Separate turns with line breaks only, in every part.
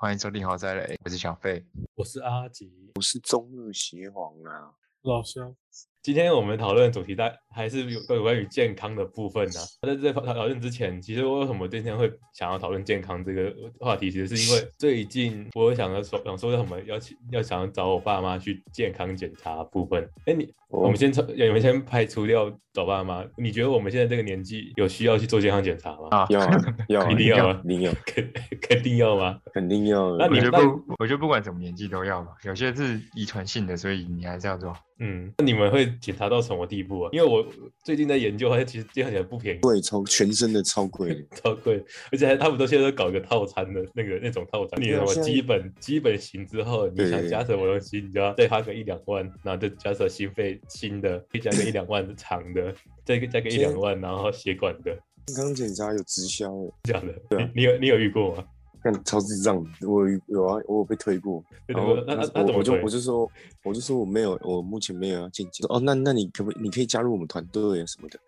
欢迎收听《豪宅雷》，我是小费。
我是阿吉，
是中日协皇啊，
老乡，
今天我们讨论的主题大还是有有关于健康的部分呢、啊在这讨讨论之前，其实为什么今天会想要讨论健康这个话题，其实是因为最近我有想要说想说什么要去要想要找我爸妈去健康检查部分。哎，你我
哦
们先从你们先排除掉找爸妈，你觉得我们现在这个年纪有需要去做健康检查吗？
啊
要 啊要啊
一定要吗
肯？定要，
肯肯定要吗？
肯定要的。
那
我
你
觉得
那
不，我觉得不管什么年纪都要吧，有些是遗传性的，所以你还是要做。
嗯，那你们会检查到什么地步啊？因为我最近在研究，发现其实健康检查不便宜。
贵超全身的超贵的，
超贵，而且还他们都现在都搞一个套餐的那个那种套餐，你
对
什
啊
么
现在
基本基本型之后，你
对
想加什么东西，你就要再花个一两万，然后再加上心肺新的，再加个一两万的长的，再加个一两万，然后血管的
健康检查有直销的，
这样的。
对啊
你你有你有遇过吗？
看超智障的。我有有啊，我有被推过，
那
然后
那那那
我
怎么推
我就我就说我就说我没有，我目前没有要健检。说哦，那那你可不你可以加入我们团队啊什么的？哦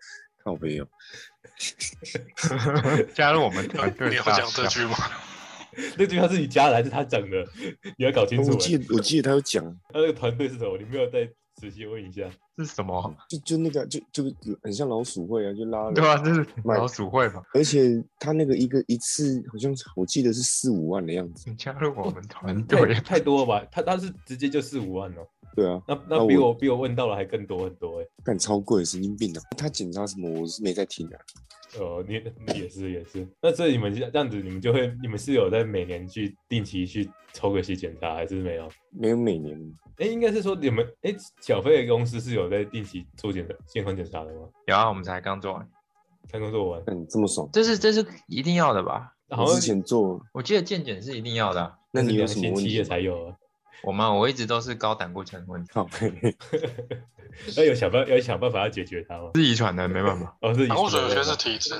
看我没有，
加入我们团队，
你要讲这句吗？
那句话是你加的还是他讲的？你要搞清楚
哦我
欸。
记得我记得他有讲，
他那个团队是什么？你没有再仔细问一下？
这是什么？
就就那个就就很像老鼠会啊，就拉
对啊，
了。
这是
买
老鼠会吧？
而且他那个一个一次好像是我记得是四五万的样子，
你加入我们团
太
队，
太多了吧？他他是直接就四五万哦，
对啊，
那
那
那比
我
我比我问到了还更多很多哎。
干超贵，神经病啊！他检查什么我是没在听啊的、
哦，你你也是也是。那所以你们这样子，你们就会，你们是有在每年去定期去抽个血检查，还是没有？
没有每年
哎，应该是说你们哎，小飞的公司是有在定期做检查健康检查的吗？
然啊后我们才刚做完，
刚工作完，
干这么爽。
这是这是一定要的吧？
好
我
像
之前做，
我记得健检是一定要的啊、
那
是
你有
两
什么
星
问
期
题
也
吗？
才有啊。
我吗？我一直都是高胆固醇问题，
靠背，
那有想办要想办法要解决它吗？
是遗传的，没办法。
哦，是
胆固醇有些
没
是
办法
体质的，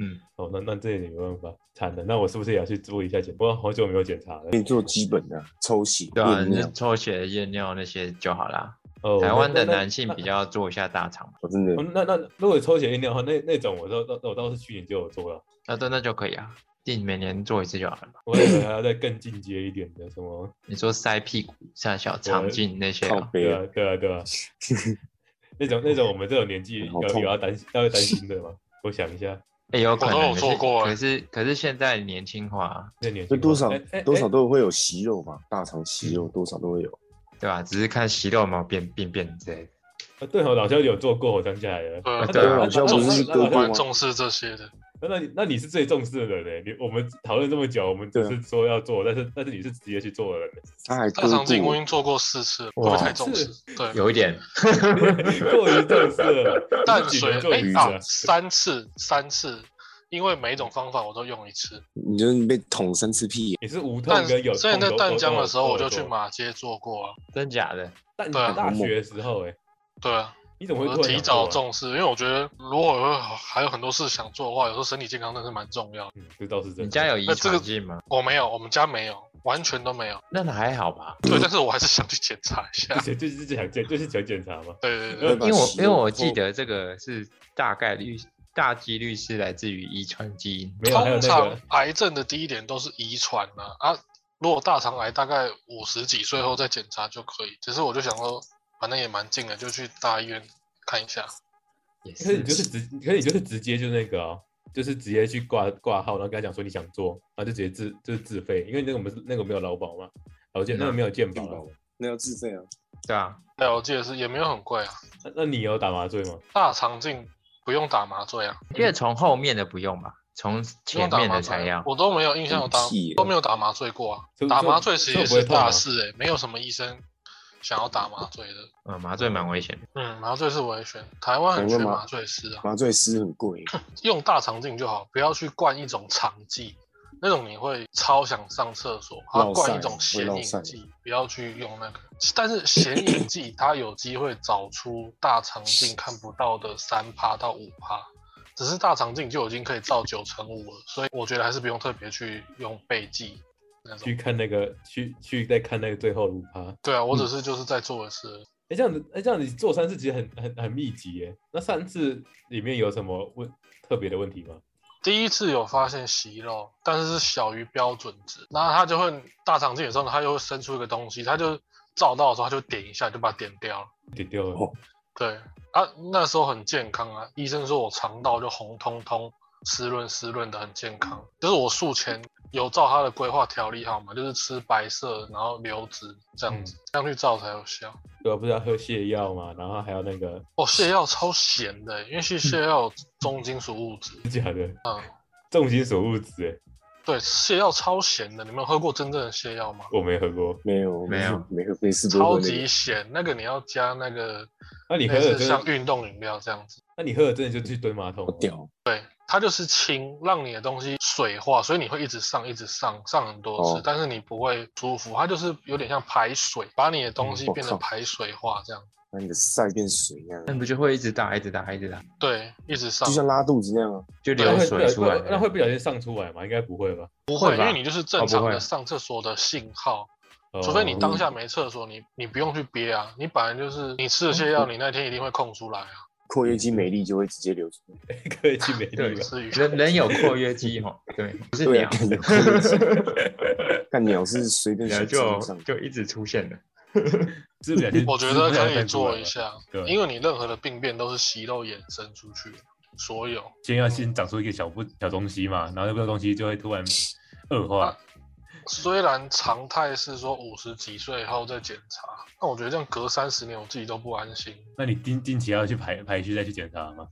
嗯，
哦，那那这也没办法，惨了。那我是不是也要去做一下检？我好久没有检查了
可。以做基本的、抽血、
对啊，
验
你
尿
就。抽血、验尿那些就好啦。
哦，
台湾的
那那
男性比较做一下大肠嘛，
我真的
哦，那那如果抽血验尿的话，那那种我倒倒我倒是去年就有做了。
啊，对，那就可以啊，定每年做一次就好了嘛。
我以为还要再更进阶一点的，什么？
你说塞屁股、下小肠镜那些、
靠
啊，
背
对
啊哎
啊，，对啊，对啊， 那种那种我们这种年纪
好
有
痛啊
有要担心要担心的吗？我想一下，
也、有哎可能。
我都有做过
可是可是可是现在年轻化啊、
这年纪
就多少
哎哎
多
哎
少都会有息肉嘛，大肠息肉多少都会有。
对吧、只是看息肉有没有变变变之类的。
啊对哦，老肖有做过，我想起来了。
呃
啊
对啊
那
老
肖不是
那那
割过
我
吗
蛮重视这些的。
那那你那你是最重视的人嘞？你我们讨论这么久，我们只
对啊
是说要做，但是但是你是直接去做的人 嘞，
他还
大
割
肠镜我已
过，
经做过四次了，会
哇
不会太重视？对，
有一点，
过于重视了。
淡
你是几
水
年做一
哎
次
啊
啊，
三次三次，因为每一种方法我都用一次。
你就是被捅三次屁眼，
你是无痛
但
跟有
所以
痛
在
都
淡
都
江的时候，
都
我
有
就去
做
马街做过啊。
真假的？
但你
对啊
大学的时候，哎，
对啊，
你怎么会
我
突然
提
想做
早
啊？
重视，因为我觉得如果有还有很多事想做的话，有时候身体健康真的是蛮重要的。
嗯，这倒是真的。
你家有遗
那这个
传性吗？
我没有，我们家没有，完全都没有。
那还好吧，
嗯
对，但是我还是想去检查 一下
就。是就是想检就是想检查嘛。
对对对
会
对，
因
把
为我
息
因
肉
为我记得这个是大概率大几率是来自于遗传基因。
没有，还有
通
那
常
个
癌症的第一点都是遗传啊啊，如果大肠癌大概五十几岁后再检查就可以。只是我就想说，反正也蛮近的，就去大医院看一下。
也
可是你就是直，可是你就是直接就那个、哦，就是直接去挂挂号，然后跟他讲说你想做，然后就直接自就是自费，因为那个我们是那个没有劳保嘛，劳健那个没有健保啊、
那要自费啊。
对啊，
对啊，我记得是也没有很贵啊，
那那你有打麻醉吗？
大肠镜不用打麻醉啊，
我觉得从后面的不用吧，从
不
前
用打
面
麻
的
醉
才要
啊。。我都没有印象有打
很屁耶，
都没有打麻醉过啊
所以。
打
所以
麻醉其
所以
实
不会
是
痛吗
大事哎、没有什么医生想要打麻醉的。
嗯，麻醉蛮危险的。
嗯，麻醉是危险，台湾很
台
缺
湾麻
麻醉师啊。
麻醉师很贵，
用大肠镜就好，不要去灌一种肠剂，那种你会超想上厕所。它
落
灌
塞
一种
会
显
落塞
影剂，不要去用那个。但是显 影剂它有机会找出大肠镜看不到的三趴到五趴，只是大肠镜就已经可以照九成五了，所以我觉得还是不用特别去用备剂那
去
嗯
种。
看那个去去再看那个最后五趴。
对啊，我
嗯
只是就是在做的事，
哎、这样子，哎、这样子你做三次其实很很很密集耶。那三次里面有什么问特别的问题吗？
第一次有发现息肉，但是是小于标准值，然后它就会大肠镜的时候呢，它就会生出一个东西，它就照到的时候，它就点一下就把它点掉了。
丢掉了。
哦
对啊，那时候很健康啊，医生说我肠道就红彤彤、湿润湿润的，很健康。就是我术前有照他的规划条例好吗？就是吃白色，然后流质这样子，这样去照才有效。
对啊，不是要喝泻药嘛，然后还有那个
哦，泻药超咸的欸，因为其实泻药有重金属物质。
真假的
嗯，
重金属物质，哎，
对，泻药超咸的，你们有喝过真正的泻药吗？
我没喝过。
没有
没有
没有，没事不
超
会那
级
个。
咸，那个你要加那个
那你喝
类
了
似
真
像
的，
运动饮料这样子。
那你喝了真的就去蹲马桶
好
哦？
屌
对，它就是清，让你的东西水化，所以你会一直上，一直上，上很多次，
哦
但是你不会舒服。它就是有点像排水，把你的东西
嗯我
变成
靠
排水化这样。
把你的塞变水一样，
那不就会一直打，一直打，一直打，
对，一直上
就，像拉肚子那样啊。
就
那
流
会不
水
小
出来
那会
了。
不小心上出来吗？应该不会吧？
不
会
会，因
吧
为你就是正
哦不
常
会
的上厕所的信号，
哦
除非你 当下没厕所，你你不用去憋啊，你本来就是你吃了泻药，你那天一定会空出来啊。
括约肌没力就会直接流出来。
科技没力
对
吧？
至于
人人有括约肌哈，对，不是
对
鸟
啊，，看有括约肌看鸟是随便
鸟
想
就
上上
就一直出现了。
是不小心
我觉
是不
得
小心
可以
看出来
做
吧
一下
对，
因为你任何的病变都是息肉衍生出去的，所有。
先要先长出一个小不小东西嘛，然后那个东西就会突然恶化
啊。虽然常态是说五十几岁后再检查，但我觉得这样隔三十年我自己都不安心。
那你定定期要去排排序再去检查吗？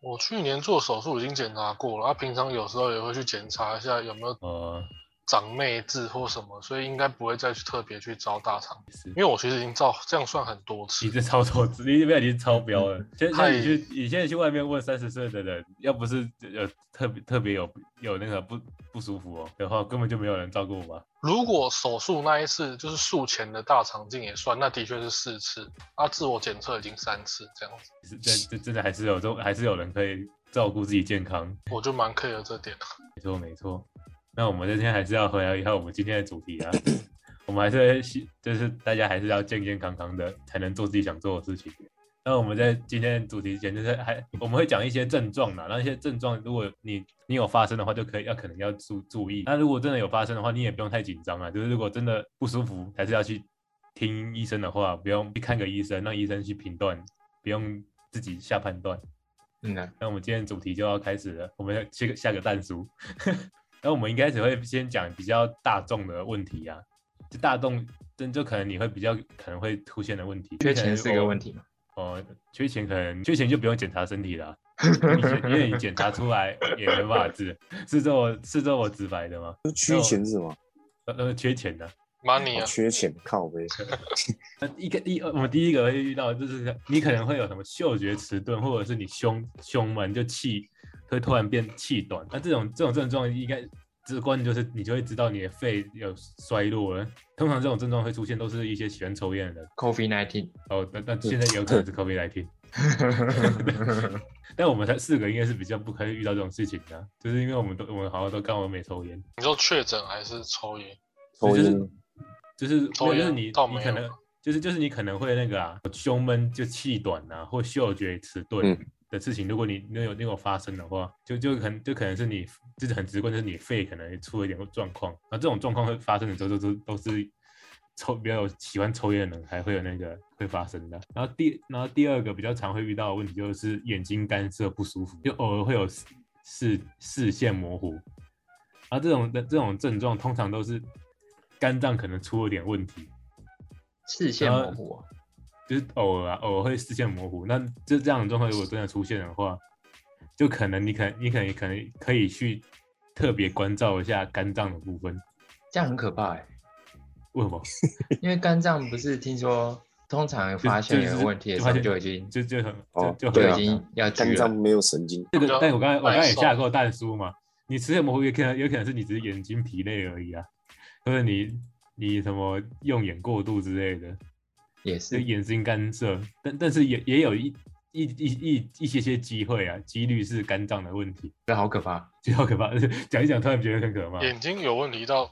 我去年做手术已经检查过了，啊，平常有时候也会去检查一下有没有
呃，
长内痔或什么，所以应该不会再去特别去招大肠，
是
因为我其实已经照这样算很多次
你。这超投资，你这边已经超标了。现在
太
你去，你现在去外面问三十岁的人，要不是有特别特别有有那个不不舒服哦的话，根本就没有人照顾吧。
如果手术那一次就是术前的大肠镜也算，那的确是四次，啊，自我检测已经三次这样子，
是真真真的还是有这还是有人可以照顾自己健康。
我就蛮 care 这点。
没错没错。那我们今天还是要回来一下我们今天的主题啊，我们还是希就是大家还是要健健康康的，才能做自己想做的事情。那我们在今天的主题前，就是还我们会讲一些症状啦，那一些症状，如果你你有发生的话，就可以要可能要注注意。那如果真的有发生的话，你也不用太紧张啊，就是如果真的不舒服，还是要去听医生的话，不用去看个医生，让医生去评断，不用自己下判断。
嗯啊，
那我们今天的主题就要开始了，我们下个下个蛋叔。 那我们一开始会先讲比较大众的问题啊，就大众，这就可能你会比较可能会出现的问题，
缺钱是个问
题。
题嘛？
哦，缺钱可能缺钱就不用检查身体了啊、你检因为你检查出来也没办法治， 是这我是这我直白的吗？
就缺钱是什么？
呃呃，缺钱的、
Money
哦
啊，
缺钱靠呗。
那一个第一呃我们第一个会遇到就是呃你可能会有什么嗅觉迟钝，或者是你胸胸闷就气会突然变气短，那这种这种症状应该直观就是你就会知道你的肺有衰弱了。通常这种症状会出现都是一些喜欢抽烟的人
COVID nineteen，
哦，那那现在也有可能是 COVID 来听，但我们才四个应该是比较不可以遇到这种事情的啊、就是因为我们都我们好像都刚好没抽烟，
你说确诊还是抽烟？
抽
就是
烟
就是
抽
没有就是
烟
你你
倒没
可
哦有
能就是就是你可能会那个啊，胸闷就气短啊，或嗅觉迟钝
嗯
的事情，如果你你有你有发生的话，就就可能就可能是你就是很直观，就是你肺可能出了一点状况，然后这种状况会发生的时候，都都都是抽比较喜欢抽烟的人还会有那个会发生的。然后第然后第二个比较常会遇到的问题就是眼睛干涩不舒服，就偶尔会有视视视线模糊。然后这种的这种症状通常都是肝脏可能出了点问题，
视线模糊啊，
就是偶尔啊，偶尔会视线模糊。那这这样的状况如果真的出现的话，就可能你可能你可能可能可以去特别关照一下肝脏的部分。
这样很可怕哎。
为什么？
因为肝脏不是听说通常
就
发现
就
有
是
问题的时
发
候
现
就已经
就就很
哦
就
就
就
对
很
已
啊
经要
肝
拘
脏
了。
没有神经，
这个
比较。
但我刚才我刚才也
瘦
下过蛋叔嘛，你视线模糊也可能有可能是你只是眼睛疲累而已啊，或者你你什么用眼过度之类的。
也，
就是眼睛干涩，但但是也也有一一一一一些些机会啊，几率是肝脏的问题，
这好可怕。
就好可怕。讲一讲，突然觉得很可
嗯
怕。
眼睛有问题到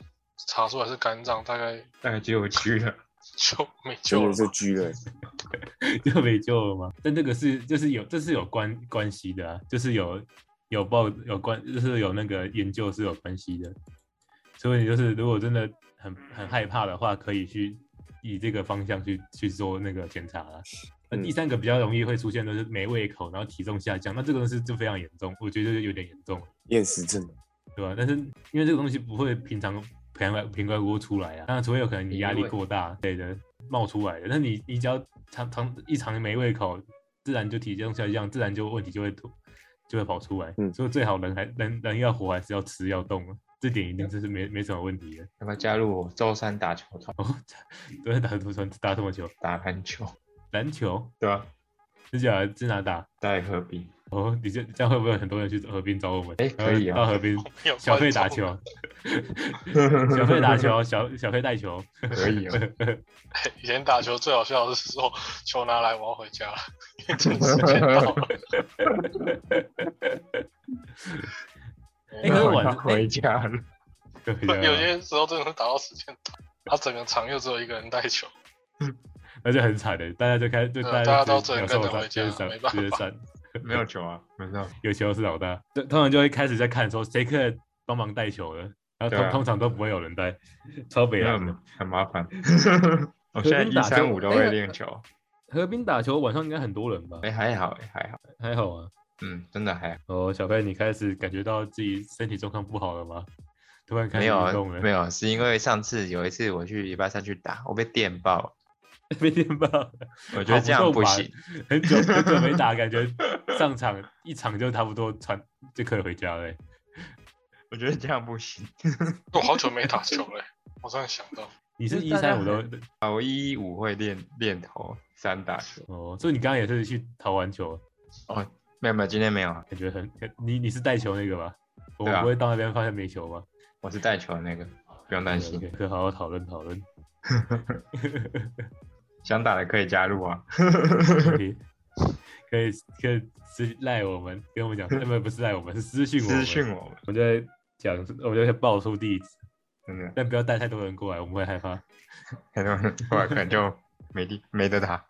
查出来是肝脏，大概
大概只有区了，
就没
真
救
的
了
就
吧。
狙了，
就没救了吗？但这个是就是有这是有关关系的啊，就是有有报有关，就是有那个研究是有关系的。所以就是如果真的很很害怕的话，可以去以这个方向去去做那个检查啦。那
嗯
第三个比较容易会出现的是没胃口，然后体重下降，那这个东西就非常严重，我觉得就有点严重了。
厌食症，
对吧？但是因为这个东西不会平常平白平白无故出来啊，那除非有可能你压力过大对的冒出来的。那你你只要常常一常没胃口，自然就体重下降，自然就问题就会突就会跑出来。
嗯
所以最好人还人人要活还是要吃要动啊，这点一定就是没没什么问题的。
要不要加入我周三打球团？
哦，昨天打多少打什么球？
打篮球，
篮球？
对吧？
是假的？在哪打？
在河滨，
哦，你这这样会不会很多人去河边找我们？
哎可以啊
到河边
没有
小
观
费打
众啊
球
的，
小费打球，小小费带球。
可以 哦。
以前打球最好笑的是说球拿来我要回家了，因为真的时间到了。
哎可 是我晚
要回家了，
对呀
啊
有些时候真的是打到时间到，他整个场又只有一个人带球，
那就很惨的，大家就开就
对啊
大家
大家
就
都
只
只能
有
跟
受伤，就是
着回家
闪
没办
就是
法
闪，
没有球啊，没事。
有球是老大， 就通常就会开始在看说谁可以帮忙带球了，
对
然后通
啊嗯
通常都不会有人带， 超北
没有
岸的。
很麻 烦。我现在
可是
一
打球
三五都
哎
会
呀
练球，
河滨打球晚上应该很多人吧？
哎，还好，哎还好，
还好啊。
嗯，真的还好
哦，小飞，你开始感觉到自己身体状况不好了吗？突然开
没
始
有
运
啊
动了，
没
有
有，是因为上次有一次我去礼拜三去打，我被电爆，
被电爆，
我觉得这样不行，
很久很久没打，感觉上场一场就差不多传就可以回家了欸。
我觉得这样不行。
我好久没打球了、欸我突然想到，
你是
就是
一
大家
三五都
啊，我一一五会练练头三打球，
哦，所以你刚刚也是去投完球。
没有没有，今天没有，啊
感觉很你你是带球那个吧？我
对
们
啊
不会到那边发现没球吧？
我是带球的那个，不用担心，
可以好好讨论讨论。
想打的可以加入啊。
可以可以可以私赖我们，跟我们讲，不不是赖我们，是私讯我们。
私讯我们，
我就会讲，我就会报出地址，
真的，
但不要带太多人过来，我们会害怕。
很多人后来可能 就没地没得打，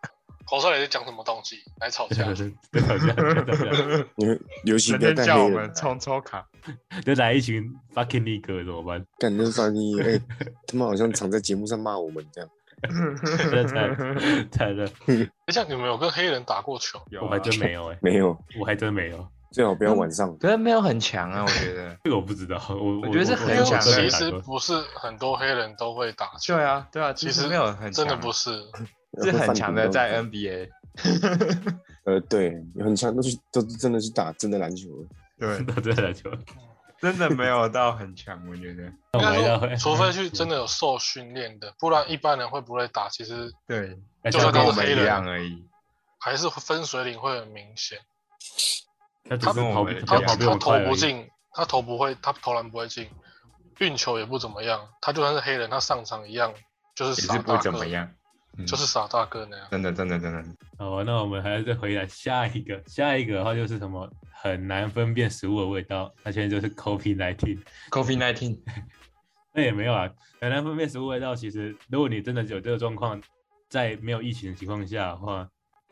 口哨也是讲什么东西来吵架
对，对，吵架，对吵架，
因为尤其
整
不要
天
带
叫我
黑
们
人，
冲抽卡，
就来一群 fucking n i g g 怎么办？
感觉反正哎，他们好像常在节目上骂我们这样。
太太太了，
哎，像你们有跟黑人打过球？
有
我
啊
还真没有哎、
没有，
我还真没有，。
最好不要晚上。
可是没有很强啊，我觉得
这个我不知道，啊我
我觉得是
因
很
为
强的
其
人
实不是很多黑人都会打球，
对啊，对啊，
其实
没有很强，
真的不是。
是很强的，在
嗯，
NBA。
呃，对，很强都是都是真的是打真的篮球了。
对，
到这来球，
真的没有到很强，我觉得。
那我们还要
啊
除非去真的有受训练的，不然一般人会不会打，其实
对，
哎
就
就
算
跟
他
我
是
们
黑
一
人
样而已。
还是分水岭会很明显。
他只是跑比
他
他跑比我
他
们
投
快而
不
已。
进，他投不会，他投篮不会进，运球也不怎么样。他就算是黑人，他上场一样就是
也
傻
是
大
不
个，
怎么样，嗯
就是傻大个那
嗯
样。
真的真的真的，
好啊，那我们还要再回来下一个，下一个的话就是什么很难分辨食物的味道，那现在就是 COVID nineteen。
COVID nineteen
那也没有啊，很难分辨食物味道。其实如果你真的有这个状况，在没有疫情的情况下的话，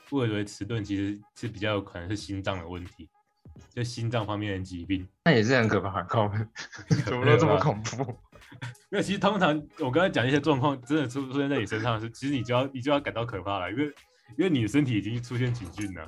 我以为迟钝其实是比较有可能是心脏的问题，就心脏方面的疾病。
那也是很可怕，靠，怎么都这么恐怖？
那其实通常我刚才讲一些状况，真的出出现在你身上的时候，其实你就要你就要感到可怕了，因为因为你的身体已经出现警讯了。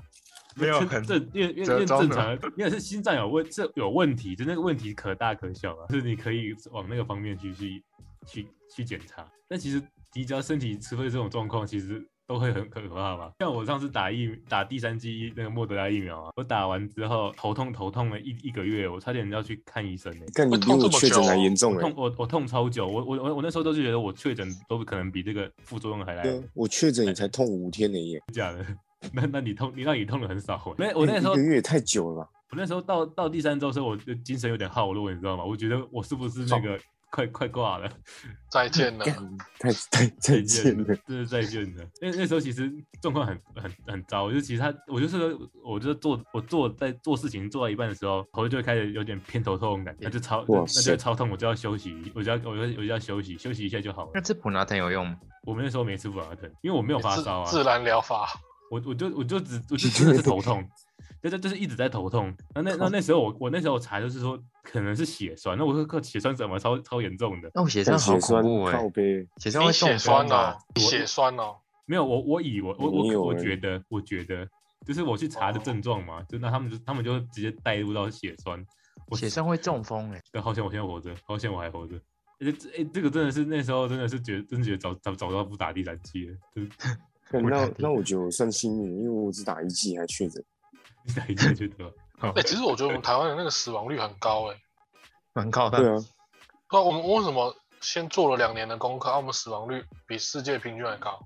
没有
这
很
这，因为因为因
折
为
中
正
的
常，因为是心脏有问，这有问题，就那个问题可大可小啊，就是你可以往那个方面去去去去检查。但其实你只要身体出现这种状况，其实都会很可怕吧？像我上次打疫打第三剂那个莫德拉疫苗啊，我打完之后头痛头痛了一一个月，我差点要去看医生呢、
看你
会
比
痛这
我
么
确诊
久
还
哦
严重
我
哎、
痛我我痛超久，我我我我那时候都是觉得我确诊都可能比这个副作用还来
对啊，我确诊也才痛五天而已欸，
假的。 那那你痛你那你痛的很少欸，那我
我
那时候
一个月也太久了吧？
我那时候到到第三周的时候，我就精神有点耗弱，你知道吗？我觉得我是不是那个快快挂了，
再见了，
干，太太再见了。，
真的再见了。那那时候其实状况很很很糟，就其实他我就是我就是做我做在做事情做到一半的时候，头就会开始有点偏头痛感，那就超
哇
那
塞
就超痛，我就要休息，我就要我就我就要休息，休息一下就好了
那。这普拿疼有用吗？
我们那时候没吃普拉疼，因为我没有发烧啊，
自自然疗法。
我我就我就只我就真的是头痛，对对，就是一直在头痛。那那那那时候我我那时候查就是说可能是血栓，那我说靠血栓怎么超超严重的？
那我血
但
栓好
血
恐
栓
怖哎、
靠背，
血栓
你
会啊
血
冻
栓
伤
哦
吧？，
你血栓哦，
没有，我我以为我
你
我
有
我
人
觉得我觉得就是我去查的
哦
症状嘛，就那他们就他们就直接带入到血栓。我
血栓会中风哎、
但好险我现在活着，好险我还活着。哎、这哎、这个真的是那时候真的是觉得真的觉得找找找到不打地胆气了，就是
那
我打
那
的
那我觉得我算幸运，因为我只打一剂还确诊。
一打一进去得了。好
哎、其实我觉得我们台湾的那个死亡率很高哎、
蛮靠
对
的。
啊，
那我们为什么先做了两年的功课，啊、我们死亡率比世界平均还高？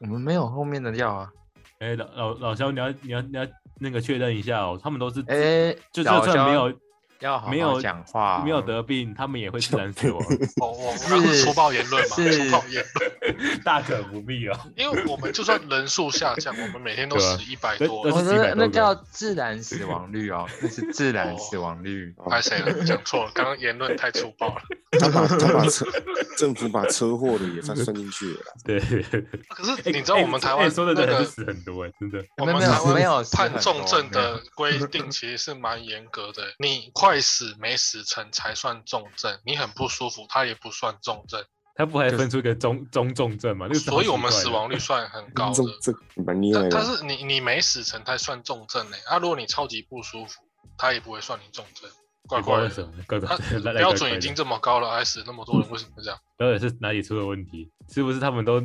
我们没有后面的药啊。
哎、老老老肖，你要你要你要那个确认一下哦，他们都是
哎、
就就
老
算没
肖
有
要好
没
好
有
讲话，哦
没有得病，他们也会自然死亡，
哦，我我刚刚粗暴言论嘛，
是
粗暴言论，
大可不必哦。
因为我们就算人数下降，我们每天都
对啊
死一百
对
多
对，
我
是几百
说哦那
多个
叫自然死亡率哦，那是自然死亡率。
拍谁 了？讲错了，刚刚言论太粗暴了。
啊他把他把车政府把车祸的也算算进去了啦。
对，
可是
哎
你知道我们
哎
台
哎
湾
说
那
的真的
个
是死很多哎，真的。
我
没有没
们
有
台
没有
湾
死
判
很
重
多
症
没有
的规定其实是蛮严格的，你快死没死成才算重症，你很不舒服它也不算重症，
他不还分出一个中中重症嘛？那个是
所以
很
我们
奇怪
死
的
亡率算很高
这
的。
这蛮厉害
但但
的，啊
是你你没死成才算重症呢、啊，如果你超级不舒服，他也不会算你重症，怪
也哎不知道
怪
为
的。
什么，怪怪
他
的 来来
标
怪
准
怪
已经
的
这么高了，还死那么多人，为什么这样？
到底是哪里出了问题？是不是他们都，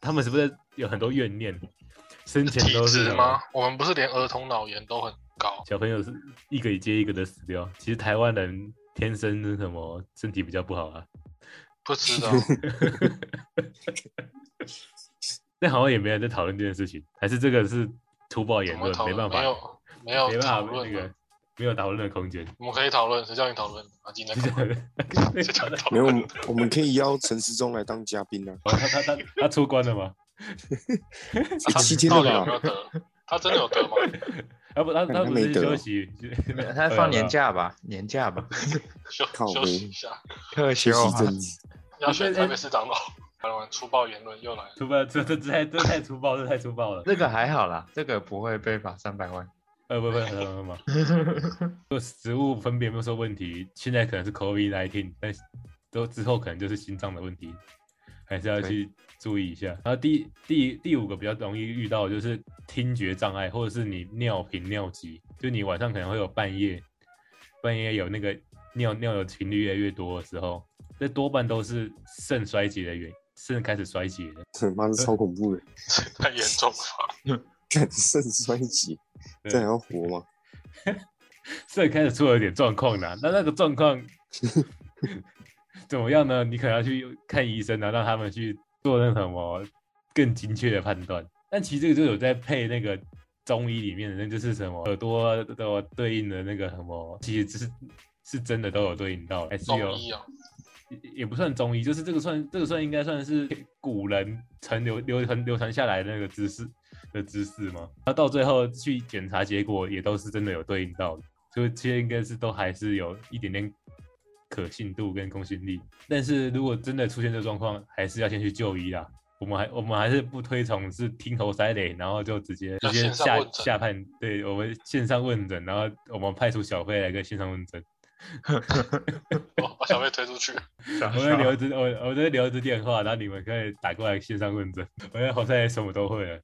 他们是不是有很多怨念？生前
体
都是
质
什么
吗？？我们不是连儿童脑炎都很高？
小朋友是一个接一个的死掉。其实台湾人天生是什么身体比较不好啊？
不 知道，
但好像也没人在讨论这件事情，还是这个是粗暴言
怎么
论，
讨
没
论？
办法
没，有没有
没
讨
办法，
论
那
的
个没有讨论的空 间。
我们可以讨论，谁叫你讨论的啊？今 天干嘛
没
谁叫你讨
没有我
论
们？我们可以邀陈时中来当嘉宾啊，
他他他他出关了吗？
他
哎七天
到
了
底有没
吧？
有得？他真的有得吗？
啊不，他他
他
不
没
是
得
休
哦
息，
没有他
对
放
啊对啊
年假吧，年假吧，
休
靠
休
北
息一下，
特
这
休
是
啊。
真的，
要选台北市长了。台湾粗暴言论又来了，
粗暴，这这这太这太粗暴，这太粗暴了。
这个还好啦，这个不会被罚三百万。
呃，不不不不不，就食物分别有没有说问题？现在可能是 COVID nineteen，但是都之后可能就是心脏的问题，还是要
对
去注意一下。然后第第第五个比较容易遇到的就是听觉障碍，或者是你尿频尿急，就你晚上可能会有半夜半夜有那个尿尿的频率越来越多的时候，这多半都是肾衰竭的原因，肾开始衰竭的。
他妈是超恐怖的，
太严重了吧？
看肾衰竭，
对
这还要活吗？
这开始出了点状况了。那那个状况怎么样呢？你可能要去看医生啊，让他们去做那什么更精确的判断。但其实这个就有在配那个中医里面的，那就是什么耳朵的对应的那个什么，其实只是是真的都有对应到，还是有
中医啊，
也也不算中医，就是这个算这个算应该算是古人传流流传流传下来的那个知识的知识吗？那到最后去检查结果也都是真的有对应到的，所以这些应该是都还是有一点点可信度跟公信力。但是如果真的出现这状况，还是要先去就医啦。我们还我们还是不推崇是听头塞雷，然后就直接直
要
接
线上
下
问诊
下判，对我们线上问诊，然后我们派出小费来跟线上问诊。
我把小妹推出去。
我会留着，我我都会留着电话，然后你们可以打过来线上问诊。我觉得好在什么都会了，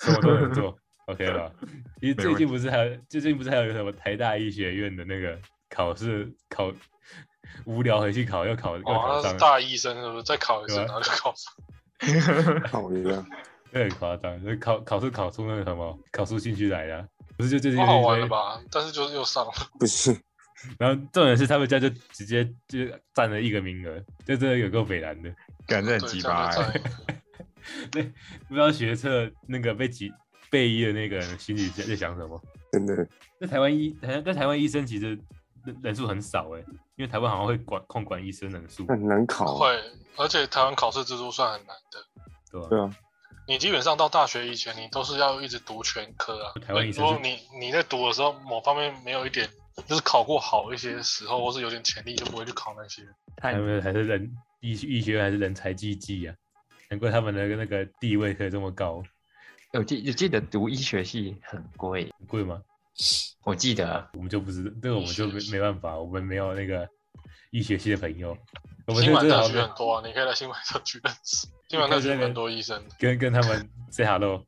什么都能做，OK 吧？你
没
最
问题
近不是还有最近不是还有什么台大医学院的那个考试考无聊回去考，又考又
哦，
考上
他是
了，
大医生是不是？再考一次，
对啊
然后就考上。
好呀，
这很夸张，就考考试考出那个什么考出兴趣来的啊、不是就最近
不
一
好
堆
玩了吧？但是就是又上了，
不是
然后重点是他们家就直接就占了一个名额，就真的有够北蓝的。
感觉很
对，
鸡
这样
巴
就占
欸。
一个。
不知道学测那个被挤被医的那个人心里在在想什么。
真的，
在台湾医，台在台湾医生其实人人数很少哎、因为台湾好像会管控管医生人数，
那很难考啊。
会，而且台湾考试制度算很难的。
对吧、
对啊，
你基本上到大学以前，你都是要一直读全科啊。
台湾医生
如果
是
你你在读的时候，某方面没有一点，就是考过好一些时候，或是有点潜力，就不会去考那些。
太
他们还是人医医学院还是人才济济啊，难怪他们的那个地位可以这么高，
我记我记得读医学系很贵，
很贵吗？
我记得
我们就不知这个我们就没没办法，我们没有那个医学系的朋友，我们
新
就
版
正
社
好
区很多啊，你可以来新版社区认识。新版社区很多医生，
跟跟他们 say hello。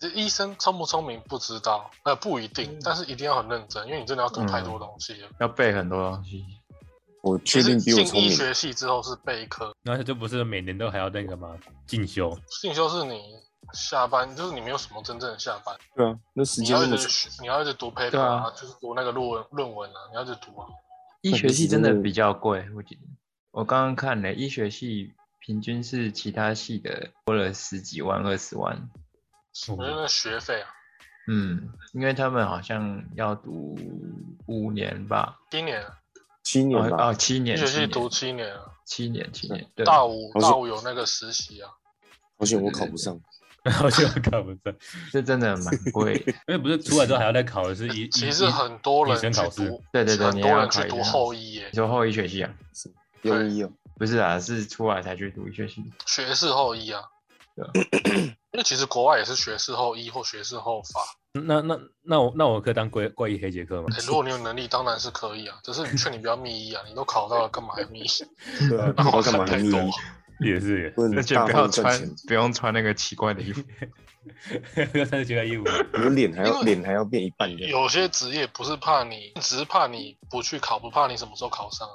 这医生聪不聪明不知道，呃，不
嗯
一定，但是一定要很认真，因为你真的要读太多东西了。
要背很多东西，
我
其
嗯确
实
定比我
进
聪
医
明。
学系之后是备课，
然后就不是每年都还要那个吗？进修，
进修是你下班，就是你没有什么真正的下班，
对啊，那时
你
间
要
那
一
么
直
长，
学你要一直读 paper
对
啊
啊，
就是读那个论文论文啊，你要一直读啊。
医学系真的比较贵，我记得我刚刚看了医学系平均是其他系的多了十几万、二十万。
我觉得那学费啊，
嗯，因为他们好像要读五年吧，
七年啊，
七年
哦
吧，
哦，七
医
年，
学系
七
读
年
七年啊，
七年，七年，对，
大五
好像
大五有那个实习啊，
好险我考不上。
然后就考不上，
这真的蛮贵 的。
因为不是出来之后还要再考的是医，
其
医
实很多人
医生
去
考试
读，
对对对
很
你
多
要
人去
考
读
医生
后医耶
你，说后医学系啊？
优一哦，
不是啊，是出来才去读医学系。
学士后医啊
对啊。
因为其实国外也是学士后医或学士后法、
那那那我那我可以当怪怪医黑杰克吗？
诶如果你有能力，当然是可以啊。只是劝你不要密医啊，你都考到了，干嘛还 密医？
对啊，
那
考
我
干嘛
看太
呢？
多。
也是也是
不
而
能
且
嗯大
不要
方赚
穿
钱，，
不用穿那个奇怪的 衣服。
要穿奇怪衣服，
你的脸还
因
要
为
脸还要变一半的。
有些职业不是怕你，只是怕你不去考，不怕你什么时候考上啊。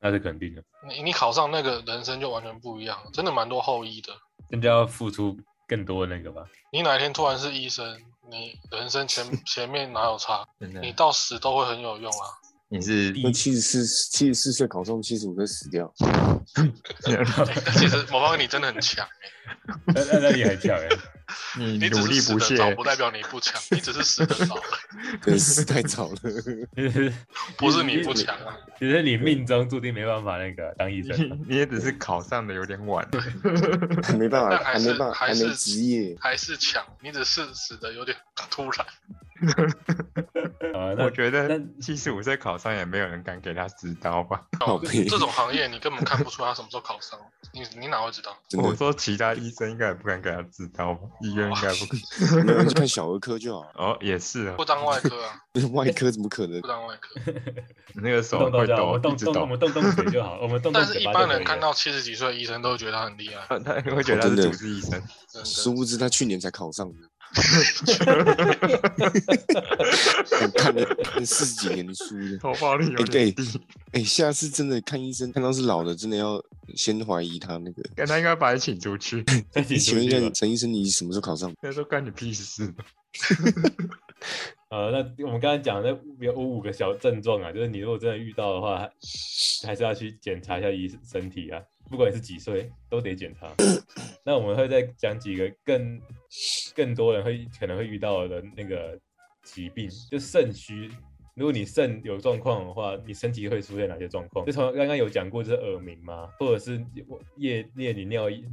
那是肯定的，
你你考上那个人生就完全不一样了，真的蛮多后医的。
真的要付出更多的那个吧。
你哪一天突然是医生，你人生前前面哪有差？
真的，
你到死都会很有用啊。
你是
那七十四七十四岁考中，七十五岁死掉，
诶其实某方面你真的很强，欸
那那那也很巧哎，
你
你只
努
是
力
死
不
得早，
懈
不，代表你不强，你只是死得早，
真是太早了。
就是
不是你不强啊。
只是你命中注定没办法那个当医 生，
你也只是考上的有点晚。
还没办
那
法，
还
还
是
没办法，
还
还
是
没职业。
还是强，你只是死的有点 突然。
啊，那
我觉得
那
七十五岁考上也没有人敢给他指导吧。
靠背
这种行业你根本看不出他什么时候考上，你你哪会知道？
真
我
的，
说其他医生应该也不敢给他指导吧，医院应该不敢。
没有人去看小儿科就好了，
哦，也是啊
不，当外科啊，
外科怎么可 能
不？当外科。
那个手
动动
会
就好，我
抖
们，动
一直
动我
抖。
们动动嘴就好，我们动动
但是
嘴
一
巴
般
就可
人
以
看
了
到七十几岁的医生都会觉得他很厉
他
害，
他会觉得他是
哦真的
主治医生，
真
殊
的。
不知他去年才考上 的。看了看四十几年的书的，
投报率有
哎
点
对
低。
哎、下次真的看医生，看到是老的，真的要先怀疑他那个。
但他应该把你请出 去。
再请
请
出
问一下
去吧，。
陈医生，你什么时候考上？
那都干你屁事。
呃，那我们刚才讲的那五有五个小症状啊，就是你如果真的遇到的话，还还是要去检查一下医身体啊，不管你是几岁都得检查。那我们会再讲几个更更多人会可能会遇到的那个疾病，就肾虚。如果你肾有状况的话，你身体会出现哪些状况？就从刚刚有讲过，就是耳鸣嘛，或者是夜夜里尿意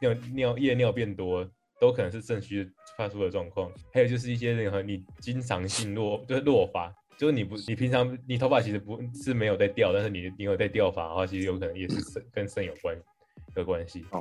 尿尿夜尿变多，都可能是肾虚发出的状况。还有就是一些那个你经常性落就是落发，就是你不你平常你头发其实不是没有在掉，但是你你有在掉发的话，其实有可能也是肾跟肾有关有关系。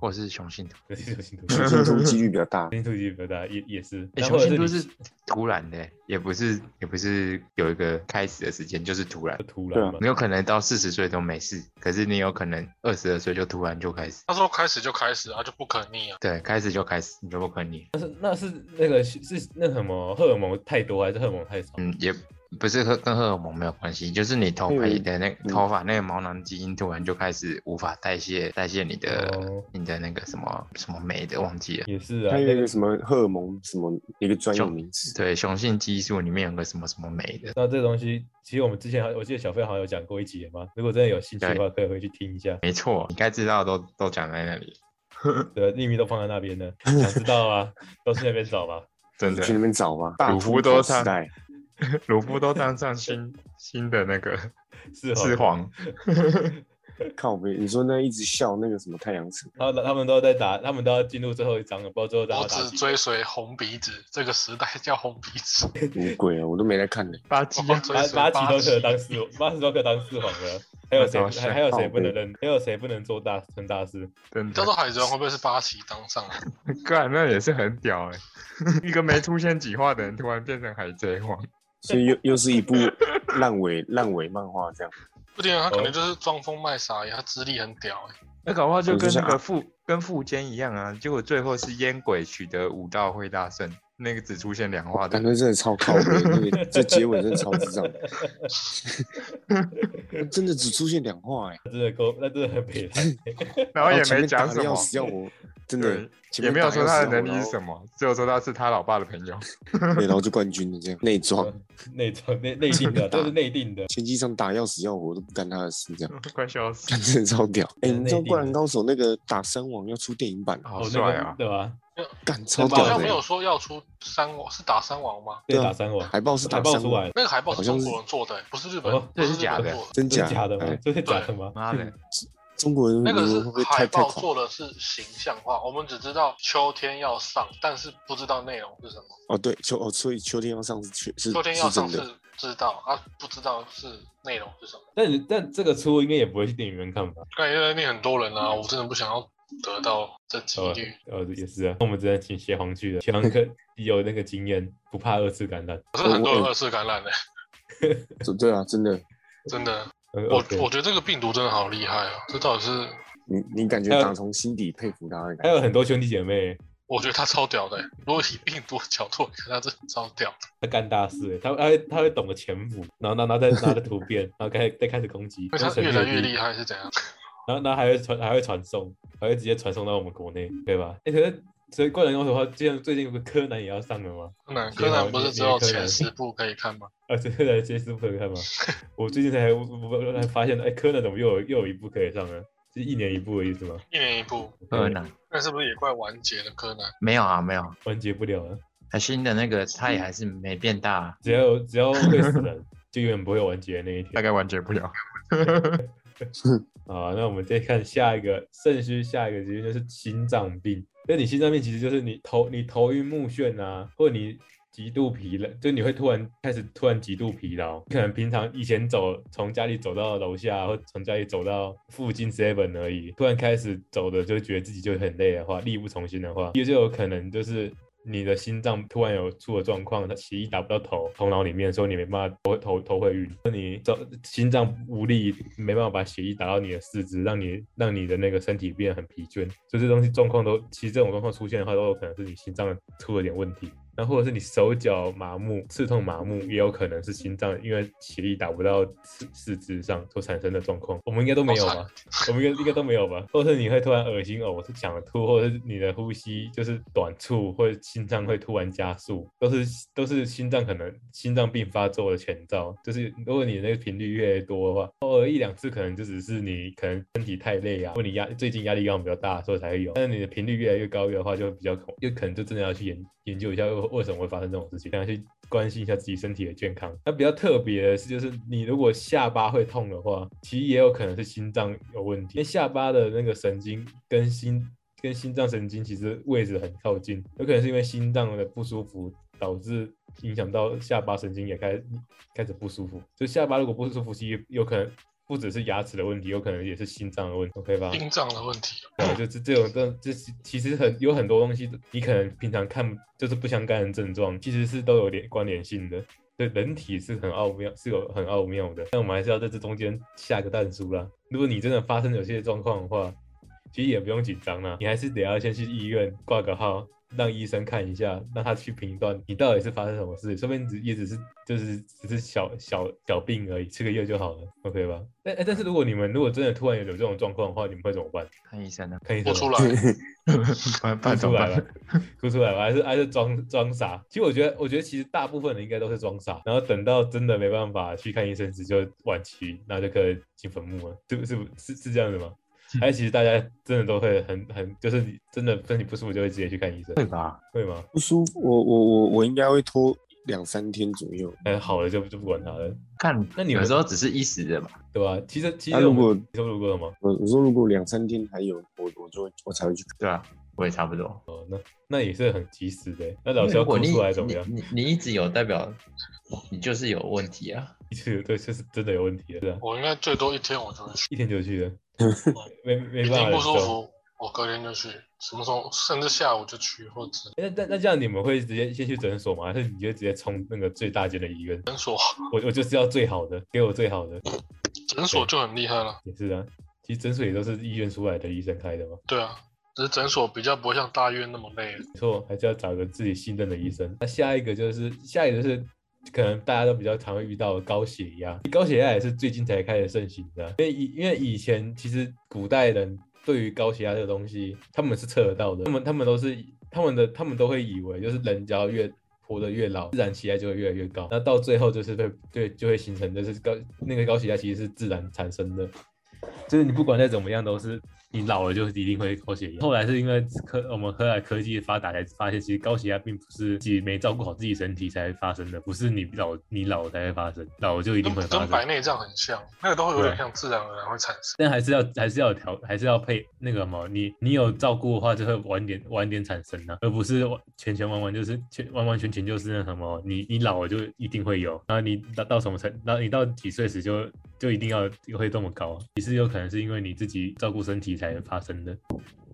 或是雄性秃，
对，雄性
雄
突
性秃几率比较大，
性突起比较大，也也是。
哎、
然后
雄
或者
性
是
秃
你
是突然的、欸也不是也不是有一个开始的时间，就是突然。
突
对
然
啊
嘛
你，有可能到四十岁都没事，可是你有可能二十二岁就突然就开始，
他说开始就开始啊，就不可逆啊。
对，开始就开始，你就不可逆。
那是那是那个是是那什么荷尔蒙太多还是荷尔蒙太少？
嗯，也不是和跟荷尔蒙没有关系，就是你头皮的那、
嗯
头发那个毛囊基因突然就开始无法代谢代谢你的、
哦
你的那个什么什么酶的，忘记了。
也是啊，
他有
那
一
个
个什么荷尔蒙什么一个专有名词，
对，雄性激素里面有个什么什么酶的，
那这个东西，其实我们之前好像我记得小飞好像有讲过一集嘛，如果真的有兴趣的话，可以回去听一下。
没错，你该知道的都都讲在那里，
对，秘密都放在那边呢，想知道啊，都去那边找吧。
真
去
的。
那边找吧。大
乳
秃
夫
头
都
时
上
代，
鲁夫都当上新新的那个
是哦
四皇，
靠背，你说那一直笑那个什么太阳神，
他他们都在打，他们都要进入最后一章了，不知道最后一章
我
要打
只
几
追随红鼻子，这个时代叫红鼻子。
什么鬼啊？我都没来看呢、
巴基
我追
八
随
八旗都可以
旗
当四，八旗都可以当四皇了。还有
那
谁
种
还还有谁
选
不能认？还有谁不能做大成大事？
真
叫
的
做，海贼王会不会是八旗当上啊来？
干那也是很屌哎、 一个没出现几话的人突然变成海贼王，
所以又又是一部烂尾烂尾漫画这样。
不定啊
哦
他可能就是装疯卖傻呀，他资历很屌哎、
那搞不好就
我就
跟那
想
个富跟富坚一样啊，结果最后是烟鬼取得武道会大胜，那个只出现两话的
感，觉真的超靠背，那个这结尾真的超智障，真的只出现两话哎、
真的够，那真的很悲惨。
然后也
哦前
没
面打
讲
得
什么
要，死要活，真的
对，
前
也
面
没有说他的能力是
么，
什么，只有说他是他老爸的朋友。
然后对，然后就冠军了这样，内装。
内装内内定的，都是内定的。
前几场打要死要活都不干他的事，这样
快笑死！
真 的超屌。哎、
真的
你知道
内
《
定
灌篮
的
高手》那个打三王要出电影版，
好
哦
帅
那个
啊！
对吧？
干超
好
屌
哎像没
的、
有
欸。
说要出三王，是打三王吗？
对，
啊
打三网，
海报是
海
打
报
三
出来
王，
了，
那个海报
好
是
像
中
是
国人做的、欸不是日本，
哦
不
这是
是日
假
本
的
做的。
真
这是假
假
的吗
哎？
这是假的吗？
妈的，
中国人
那个
文
是
嗯会不会
海
太太
报
狂？
做的是形象化，我们只知道秋天要上，但是不知道内容是什么。
哦，对，秋哦，所以秋天要上是确是
秋天要
是
上
真
是
的，
知道啊，不知道是内容是什么。
但你但这个出应该也不会去电影院看吧？
感觉那边很多人啊，
嗯
我真的不想要得到这几
哦
率。
呃，也是啊，我们只能请协皇去的，协皇 可有那个经验，不怕二次感染。
可是很多人二次感染呢、
对对啊，真的。
真的。
呃
我
OK
我觉得这个病毒真的好厉害啊！这到底是？
你你感觉
还有
打从心底佩服他的
还
感觉，
有很多兄弟姐妹，
我觉得他超屌的、欸如果以病毒的角度来看，他真的超屌的。
他干大事欸，他他会他会懂得潜伏，然后然后然后再拿着图片，然后开始再开始攻击，
因为
然
他
后神
越
秘
来
的
越
敌
厉害是怎样？
然后然后还会传还会传送，还会直接传送到我们国内，对吧？哎、可是所以灌篮高手的话，最近最近有个柯南也要上了吗？
柯南
天啊
柯南不是
你
只有
你柯南
前十部可以看吗？
啊，这柯南接师可以 看吗？我最近才我我我才发现，哎、柯南怎么又有又有一部可以上了？是一年一部的意思吗？
一年一部，
柯南
那是不是也快完结了？柯南
没有啊，没有。
完结不了了，
他新的那个他也还是没变大、啊，
只要只要会死人，就永远不会完结的那一天
大。概完结不了。
好，啊那我们再看下一个肾虚，下一个疾病就是心脏病。那你心脏病其实就是你头你头晕目眩啊，或者你极度疲劳，就你会突然开始突然极度疲劳。你可能平常以前走从家里走到楼下，或从家里走到附近 seven 而已，突然开始走的就觉得自己就很累的话，力不从心的话，也就有可能就是。你的心脏突然有出了状况，它血液打不到头头脑里面，所以你没办法头头头会晕。走心脏无力，没办法把血液打到你的四肢，让你让你的那个身体变得很疲倦。所以这东西状况都，其实这种状况出现的话，都有可能是你心脏出了点问题。那或者是你手脚麻木、刺痛麻木，也有可能是心脏因为血液打不到四四肢上所产生的状况。我们应该都没有吧？ 我们应该应该都没有吧？或者是你会突然恶心哦呕，是想吐，或者是你的呼吸就是短促，或者心脏会突然加速，都是都是心脏可能心脏病发作的前兆。就是如果你那个频率越来越多的话，偶尔一两次可能就只是你可能身体太累啊，或你压最近压力刚好比较大，所以才会有。但是你的频率越来越高的话，就会比较恐，就可能就真的要去研研究一下为为什么会发生这种事情，然后去关心一下自己身体的健康。那比较特别的是，就是你如果下巴会痛的话，其实也有可能是心脏有问题，因为下巴的那个神经跟心跟心脏神经其实位置很靠近，有可能是因为心脏的不舒服导致影响到下巴神经也开开始不舒服。就下巴如果不舒服，其实有可能。不只是牙齿的问题，有可能也是心脏的问题，OK 吧？
心脏的问题，
对，就是这种，这这其其实很有很多东西，你可能平常看就是不相干的症状，其实是都有联关联性的。对，人体是很奥妙，是有很奥妙的。但我们还是要在这中间下个蛋书啦。如果你真的发生有些状况的话，其实也不用紧张啦，你还是得要先去医院挂个号，让医生看一下，让他去评断你到底是发生什么事，说不定只也只是就是只是小小小病而已，吃个药就好了，OK 吧？但哎但是如果你们如果真的突然有这种状况的话，你们会怎么办？
看医 生啊，
看医生
播
吗
出来。
不
哭
办怎
出
么
来了
办？，
哭出来了，还是还是装装傻。其实我觉得，我觉得其实大部分人应该都是装傻，然后等到真的没办法去看医生时就晚期，那就可以进坟墓了，是不是是是这样子吗？
嗯
还是其实大家真的都会很很，就是你真的身体不舒服就会直接去看医生，
对吧？
会吗？
不舒服。我我我我应该会拖两三天左右。
哎，好了就就不管他了，
看，
那你
有
们
时候只是一时的嘛。
对吧？其实其
那
实
如
我们
果
你说如果什么？
我我说如果两三天还有，我我就会我才会去看。
对啊，我也差不多。
哦，那那也是很及时的。那老
因为
师要
如
哭
果你
出来怎么样？
你你你一直有代表，你就是有问题啊。
一次对，这是真的有问题了，是啊，
我应该最多一天我就会去，
一天就 去了，没没
一
办法
定不
忍受。
舒服，我隔天就去，什么时候甚至下午就去，或者
诶那那那这样你们会直接先去诊所吗？还是你就直接冲那个最大间的医院？
诊所，
我我就是要最好的，给我最好的，
诊所就很厉害了。
也是啊。其实诊所也都是医院出来的医生开的嘛，
对啊，只是诊所比较不会像大医院那么累。
没错，还是要找个自己信任的医生。那下一个就是下一个就是可能大家都比较常会遇到的高血压，高血压也是最近才开始盛行的啊，因为以因为以前其实古代人对于高血压这个东西，他们是测得到的，他们他们都是他们的他们都会以为就是人只要越活得越老，自然血压就会越来越高，那到最后就是会对就会形成就是高那个高血压其实是自然产生的，就是你不管再怎么样都是你老了就一定会高血压。后来是因为科我们后来科技的发达才发现，其实高血压并不是自己没照顾好自己身体才发生的，不是你老你老了才会发生，老了就一定会
跟
发
跟白
生。
内障很像，那个都会有
对
点像自然而然会产生。
但还是要还是要调，还是要配那个什么，你你有照顾的话，就会晚点晚点产生啊，而不是完全全完完就是全完完全全就是那什么，你你老了就一定会有，然后你到到什么程，然后你到几岁时就就一定要会这么高，啊也是有可能是因为你自己照顾身体才发生的。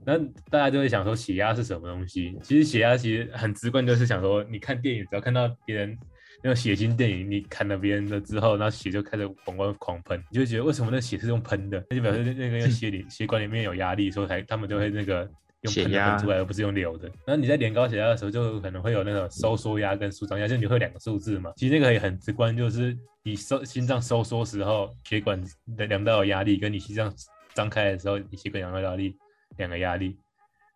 那大家就会想说血压是什么东西？其实血压其实很直观，就是想说，你看电影只要看到别人那种血腥电影，你砍了别人的之后，然后血就开始往外狂喷，你就觉得为什么那血是用喷的？那就表示那那个 血里血管里面有压力，所以才他们就会那个用
血
喷的
压
喷出来，而不是用流的。然后你在量高血压的时候，就可能会有那种收缩压跟舒张压，就你会有两个数字嘛。其实那个也很直观，就是你收心脏收缩时候，血管的量到的压力，跟你心脏张开的时候，你血管量到的压力两个压力。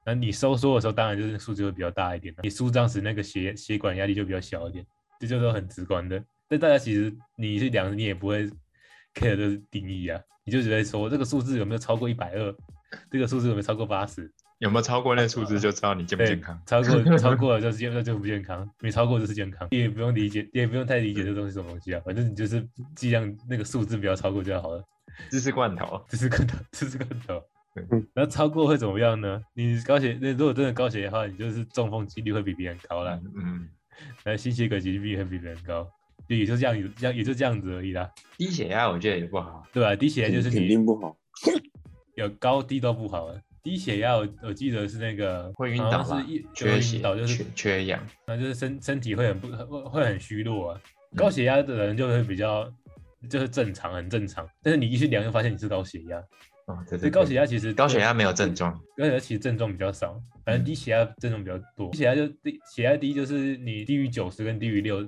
那你收缩的时候，当然就是数字会比较大一点，你舒张时那个血血管压力就比较小一点，这就是很直观的。但大家其实你是量，你也不会 care 这个定义啊，你就觉得说这个数字有没有超过一百二，这个数字有没有超过八十，
有没有超过那数字就知道你健不
对，
健康？
超过超过了就是健，那就不健康；没超过就是健康。你也不用理解，你也不用太理解这东西是什么东西啊，反正你就是尽量那个数字不要超过就好了。
芝士罐头，啊
这是罐头，这是罐头
对。
然后超过会怎么样呢？你高血，那如果真的高血压的话，你就是中风几率会比别人高啦，
嗯嗯，
然后心血管疾病会比别人高，就也就这样，也这样也就这样子而已啦，
低血压我觉得也不好，
对吧？低血压就是
肯
你
定不好。
有高低都不好了。啊低血压我我记得是那个
会晕
好
倒
像
吧
是一
缺
会
血
晕倒，就，是
缺缺氧，
那就是身身体会很不会会很虚弱啊。
嗯
高血压的人就会比较就是正常，很正常。但是你一去量就发现你是高血压，
哦，对对
所以
对，
高血压其实
高血压没有症状，
高血压其实症状比较少，反正
嗯
低血压症状比较多。低血压就低，血压低就是你低于九十跟低于六，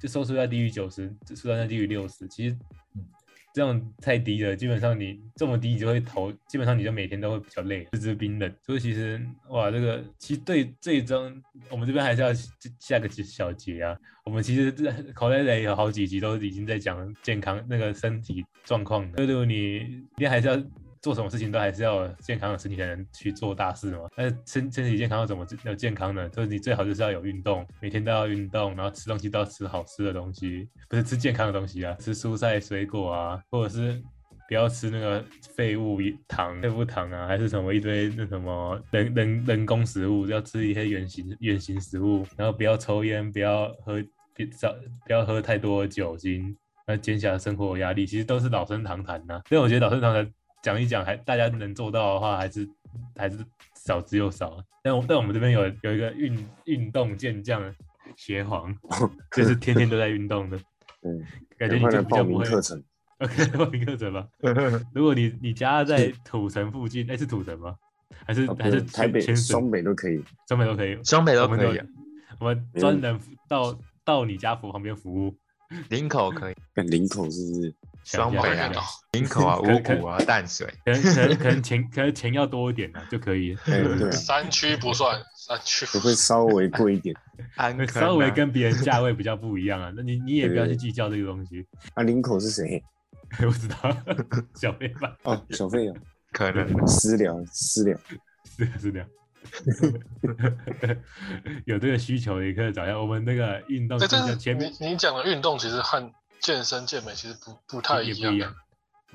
就收缩压低于九十，舒张压低于六十。其实
嗯
这样太低了，基本上你这么低，你就会头，基本上你就每天都会比较累，四肢冰冷。所以其实哇，这个其实对这一章，我们这边还是要下个小节啊。我们其实这口袋里有好几集都已经在讲健康那个身体状况了，就是你一定还是要做什么事情都还是要有健康的身体才能去做大事嘛。但是身身体健康要怎么要健康呢？就是你最好就是要有运动，每天都要运动，然后吃东西都要吃好吃的东西，不是吃健康的东西啊，吃蔬菜水果啊，或者是。不要吃那个废物糖、废物糖啊，还是什么一堆那什么人人人工食物，要吃一些原形原形食物，然后不要抽烟，不要喝，别少不要喝太多的酒精，那减小生活压力，其实都是老生常谈呐、所以我觉得老生常谈讲一讲，还大家能做到的话，还是还是少之又少啊。但我但我们这边有有一个运运动健将邪皇，就是天天都在运 动的，
嗯，
感觉你
快
就
来
比较
报
不
名
会。
课程，
OK，报 名课程吧。如果你你家在土城附近，哎、是土城吗？还是、
啊
还
不
是
是台北、
全省
双北都可以。
双北都可以，
双北都
我们
可以啊，
我们
没
专
问
人到到你家服旁边服务，
林口可以，
看林口是 不是？
双
想一
北
下想
北啊
一
啊
下，
林口啊，
可
五
可
股啊，淡 水，
可能可能可能钱可能钱要多一点啊，就可以。
哎，对啊，
山区不算，山区不
也会
算。
稍微贵一点。
安坑啊
稍微跟别人价位比较不一样啊，那你你也不要去计较这个东西。
啊，林口是谁？
我知道， 小妹吧，
哦，小费啊，
可能
私聊私聊。
是的啊是这样。 有这个需求也可以找一下我们那个运动
对，
健
但
将
是
前面
哎你你讲的运动其实和健身健美其实不不太
也不
样啊
一。样。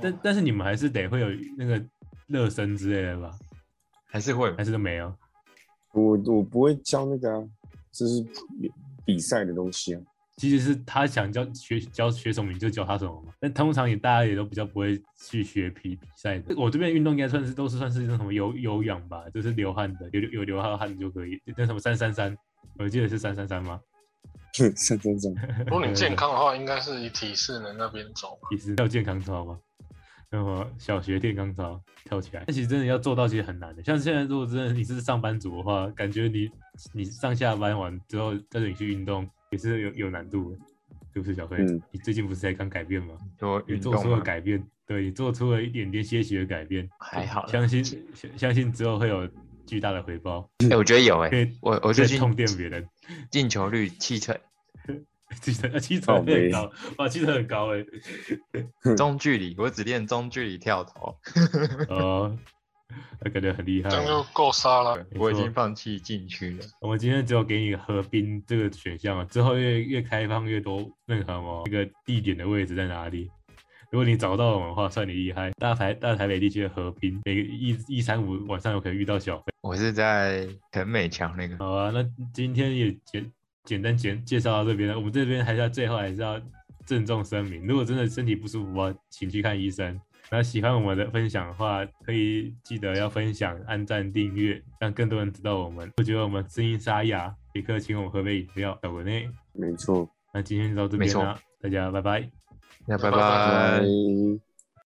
但但是你们还是得会有那个热身之类的吧？
还是会
还是都没有？
我我不会教那个啊，就是比比赛的东西啊。
即使是他想教学教学什么，你就教他什么嘛。但通常也大家也都比较不会去学比比赛的。我这边运动应该算是都是算是那什么有有氧吧，就是流汗的，有有流汗汗就可以。那什么三三三，我记得是三三三吗？
三三三，
如果你健康的话，应该是以体适能那边走。
也是跳健康操吗？那么小学健康操跳起来，但其实真的要做到其实很难的。像现在如果真的你是上班族的话，感觉你你上下班完之后带着你去运动也是有有难度的，是不是小黑？
嗯
你最近不是才刚改变吗？
说
你
运
做
动啊
出了
嘛，
改变，对你做出了一点点些许的改变，
还好啦。
相信相相信之后会有巨大的回报，
哎、我觉得有哎、
可以
我我
可
最
以
近
痛电别人，
进球率七成，
记得记
哦
得
靠
很
背
高，哇，记得很高 哎，
中距离我只练中距离跳投，
哦，那感觉很厉害
这样就
哦。
够杀了。
没
我已
错
经放弃禁区了。
我们今天只有给你河滨这个选项啊，之后越越开放越多任何么那个地点的位置在哪里。如果你找到我们的话，算你厉害。大台大台北地区的河滨，每个一一三五晚上有可能遇到小费。
我是在陈美强那个，
好啊，那今天也简简单简介绍到这边了。我们这边还是要最后还是要郑重声明，如果真的身体不舒服啊，请去看医生。那喜欢我们的分享的话，可以记得要分享、按赞、订阅，让更多人知道我们。我觉得我们声音沙哑，也可以请我们喝杯饮料，小国内。
没错。
那今天就到这
没
边
错
啦，大家拜拜。
那拜
拜拜
拜。
拜